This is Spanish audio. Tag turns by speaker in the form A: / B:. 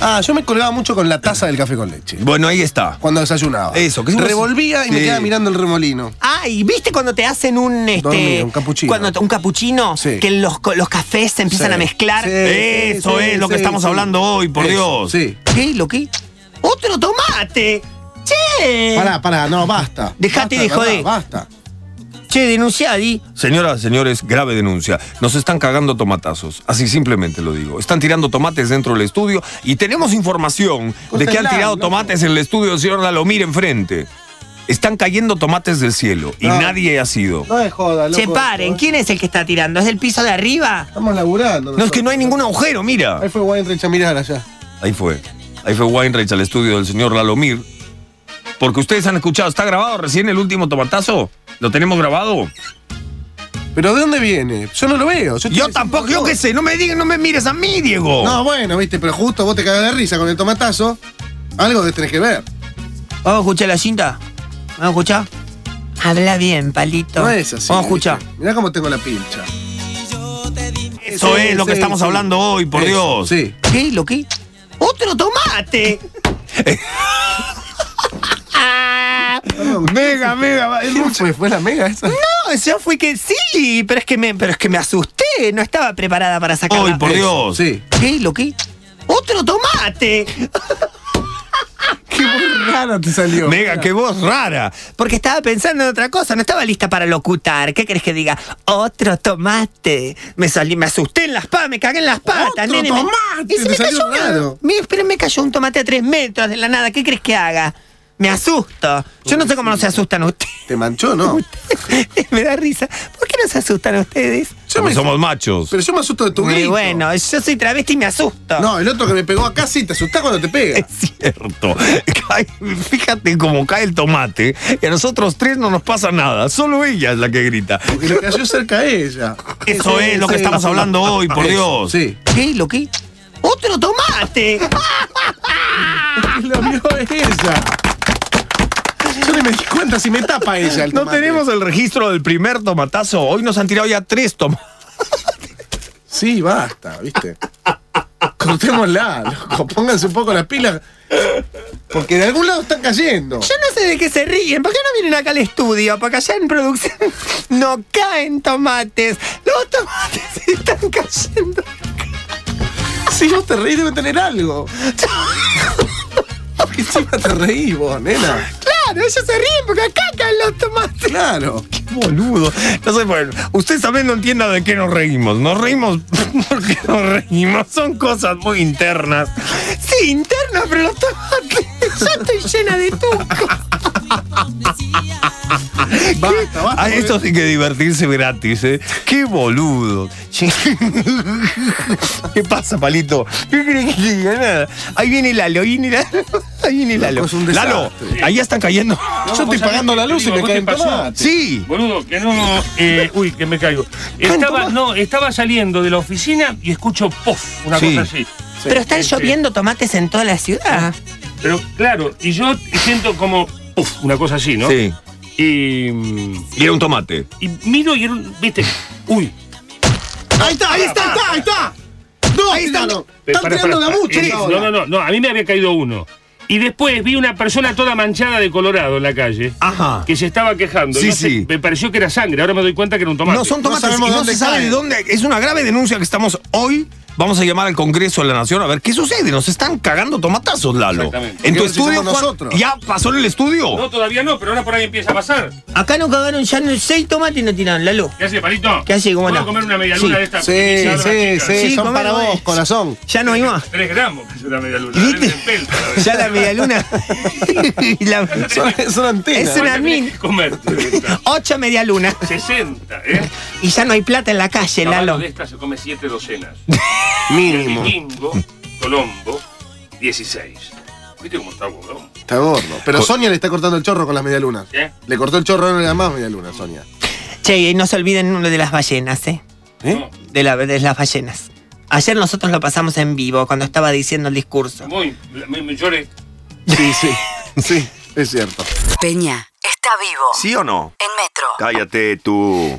A: Ah, yo me colgaba mucho con la taza del café con leche.
B: Bueno, ahí está.
A: Cuando desayunaba.
B: Eso, que
A: que
B: es un-
A: Revolvía y me
B: Sí.
A: quedaba mirando el remolino.
C: Ah, y viste cuando te hacen un este
A: Dormido, un cappuccino.
C: cuando te- un capuchino
A: Sí.
C: que los, co- los cafés se empiezan
A: Sí.
C: a mezclar. Eh.
A: Sí,
B: Eso
A: sí,
B: es lo que
A: sí,
B: estamos
A: sí.
B: hablando hoy, por
A: Eso,
B: Dios.
A: Sí.
C: ¿Qué? ¿Lo qué? ¡Otro tomate! ¡Che!
A: Pará, pará, no, basta.
C: Eh. Dejate
A: Basta,
C: de
A: verdad,
C: joder.
A: Basta.
C: Che, denunciadi.
B: Señoras, señores, grave denuncia. Nos están cagando tomatazos. Así simplemente lo digo. Están tirando tomates dentro del estudio y tenemos información de que han
A: Córtenla,
B: tirado
A: loco.
B: tomates en el estudio del señor Dalomir enfrente. Están cayendo tomates del cielo y
A: No.
B: nadie ha sido.
A: No es joda, loco.
C: Che, paren,
A: esto, ¿eh?
C: ¿quién es el que está tirando? ¿Es del piso de arriba?
A: Estamos laburando.
B: No, es que no
A: nosotros.
B: hay ningún agujero, mira.
A: Ahí fue Wayne Chamirar allá.
B: Ahí fue. Ahí fue Weinreich al estudio del señor Lalomir. Porque ustedes han escuchado, ¿está grabado recién el último tomatazo? ¿Lo tenemos grabado?
A: ¿Pero de dónde viene? Yo no lo veo. Yo, estoy
B: Yo
A: diciendo
B: tampoco, yo
A: todo.
B: qué sé, no me digas, no me mires a mí, Diego.
A: No, bueno, viste, pero justo vos te cagás de risa con el tomatazo. Algo que tenés que ver.
C: Vamos a escuchar la cinta. Vamos a escuchar. Habla bien, palito.
A: No es así.
C: Vamos a escuchar.
A: viste. Mirá cómo tengo la pincha.
B: Eso
A: Sí,
B: es lo que
A: sí,
B: estamos
A: sí.
B: hablando hoy, por
A: Eso,
B: Dios.
A: Sí.
C: ¿Qué? ¿Lo qué? ¡Otro tomate!
B: Mega, mega. es
A: ¿Quién
B: mucho.
A: fue? ¿Fue la mega esa?
C: No, yo fui que sí, pero es que me, pero es que me asusté, no estaba preparada para sacar.
B: Hoy, por Dios.
A: Sí.
C: ¿Qué? ¿Lo qué? ¡Otro tomate!
A: Qué muy rara te salió.
B: Mega, qué voz rara.
C: Porque estaba pensando en otra cosa, no estaba lista para locutar. ¿Qué querés que diga? ¡Otro tomate! Me salí, me asusté en las patas, me cagué en las patas,
A: ¡Otro
C: nene. me-
A: tomate!
C: Y se
A: Te
C: me
A: salió
C: cayó una-
A: raro.
C: me- pero me cayó un tomate a tres metros de la nada. ¿Qué crees que haga? Me asusto. Yo no sé cómo no se asustan ustedes.
A: Te manchó, ¿no?
C: me da risa. ¿Por qué no se asustan ustedes?
A: Yo
B: Porque
A: me-
B: somos machos.
A: Pero yo me asusto de tu
C: Muy
A: grito.
C: bueno, yo soy travesti y me asusto.
A: No, el otro que me pegó acá sí, te asustás cuando te pega.
B: Es cierto. Cae- fíjate cómo cae el tomate y a nosotros tres no nos pasa nada. Solo ella es la que grita.
A: Porque le cayó cerca a ella.
B: Eso es lo que estamos hablando hoy, por
A: Eso,
B: Dios.
A: Sí.
C: ¿Qué? ¿Lo qué? ¡Otro tomate!
A: Lo vio ella. Yo ni me di cuenta si me tapa ella el
B: No
A: tomate.
B: tenemos el registro del primer tomatazo. Hoy nos han tirado ya tres tomates.
A: Sí, basta, ¿viste? Cortémosla, loco. Pónganse un poco las pilas. Porque de algún lado están cayendo.
C: Yo no sé de qué se ríen. ¿Por qué no vienen acá al estudio? Porque allá en producción no caen tomates. Los tomates están cayendo.
A: Si vos te reís, debe tener algo. Porque encima te reís vos, nena.
C: Claro, ellos se ríen porque acá caen los tomates.
A: Claro.
B: Boludo. No sé, bueno, ustedes también no entiendan de qué nos reímos. Nos reímos porque nos reímos. Son cosas muy internas.
C: Sí, internos, pero los tomates. Yo estoy llena de tuco.
A: Basta, basta.
B: Ah, esto sí que divertirse gratis, ¿eh? ¡Qué boludo! Che. ¿Qué pasa, palito? ¿Qué crees que diga? Nada. Ahí viene Lalo, ahí viene Lalo. Ahí viene Lalo.
A: Loco, es un desastre.
B: Lalo, ahí están cayendo.
A: Yo estoy pagando la luz y me caen tomates.
B: Sí.
D: Boludo, que no. eh, uy, que me caigo. Estaba, no, estaba saliendo de la oficina y escucho puff, una
B: Sí.
D: cosa así.
C: Pero están
D: Sí.
C: lloviendo tomates en toda la ciudad.
D: Pero claro, y yo siento como puff, una cosa así, ¿no?
B: Sí.
D: Y, mm,
B: Y era un tomate.
D: y miro y era un- viste, uy. eh,
A: Ahí está, ahí está, está, ahí está. No, ahí
C: está.
A: Están
D: Pará,
A: tirando
D: pará,
A: la
D: pará.
A: mucha
D: Eh,
A: esa
D: No,
A: hora.
D: no, no, no, a mí me había caído uno. Y después vi una persona toda manchada de colorado en la calle.
B: Ajá.
D: Que se estaba quejando.
B: Sí,
D: No sé,
B: sí.
D: me pareció que era sangre, ahora me doy cuenta que era un tomate.
B: No son
A: No
B: tomates.
A: sabemos
B: y no
A: dónde
B: se sabe
A: caen.
B: de dónde. Es una grave denuncia que estamos hoy. Vamos a llamar al Congreso de la Nación a ver qué sucede. Nos están cagando tomatazos, Lalo.
D: Exactamente.
B: En tu
A: Porque somos
B: estudio, Juan,
A: nosotros.
B: ¿ya pasó en el estudio?
D: No, todavía no, pero ahora por ahí empieza a pasar.
C: Acá no cagaron ya no- seis tomates y no tiraron la luz.
D: ¿Qué hace, palito?
C: ¿Qué hace? ¿Cómo
D: ¿Puedo
C: no?
D: comer una medialuna
C: Sí.
D: de estas?
A: Sí,
D: Quizás
A: sí,
D: las chicas.
A: sí,
C: Sí,
A: son para
C: cómo no
A: vos,
C: es.
A: corazón.
C: Ya no hay más.
D: Tres gramos que es una medialuna.
C: ¿Viste?
D: venden en pelta, la verdad.
C: Ya la media luna. y la-
A: Son, son antenas.
C: Es una
D: Ahora tenés
C: min.
D: que comerte de esta.
C: Ocho media luna.
D: 60, ¿eh?
C: Y ya no hay plata en la calle,
D: Caballo
C: Lalo.
D: de esta se come siete docenas.
A: Mínimo.
D: Vikingo, Colombo, 16. ¿Viste cómo está, huevón?
A: Está gordo. Pero Sonia le está cortando el chorro con las medialunas.
D: ¿Qué?
A: Le cortó el chorro, no le da más medialunas, Sonia.
C: Che, y no se olviden uno de las ballenas, ¿eh?
D: ¿Eh?
C: De, la- de las ballenas. Ayer nosotros lo pasamos en vivo cuando estaba diciendo el discurso.
D: Muy, me, me lloré.
A: Sí, sí. Sí, es cierto.
E: Peña está vivo
B: ¿Sí o no?
E: en Metro.
B: Cállate tú.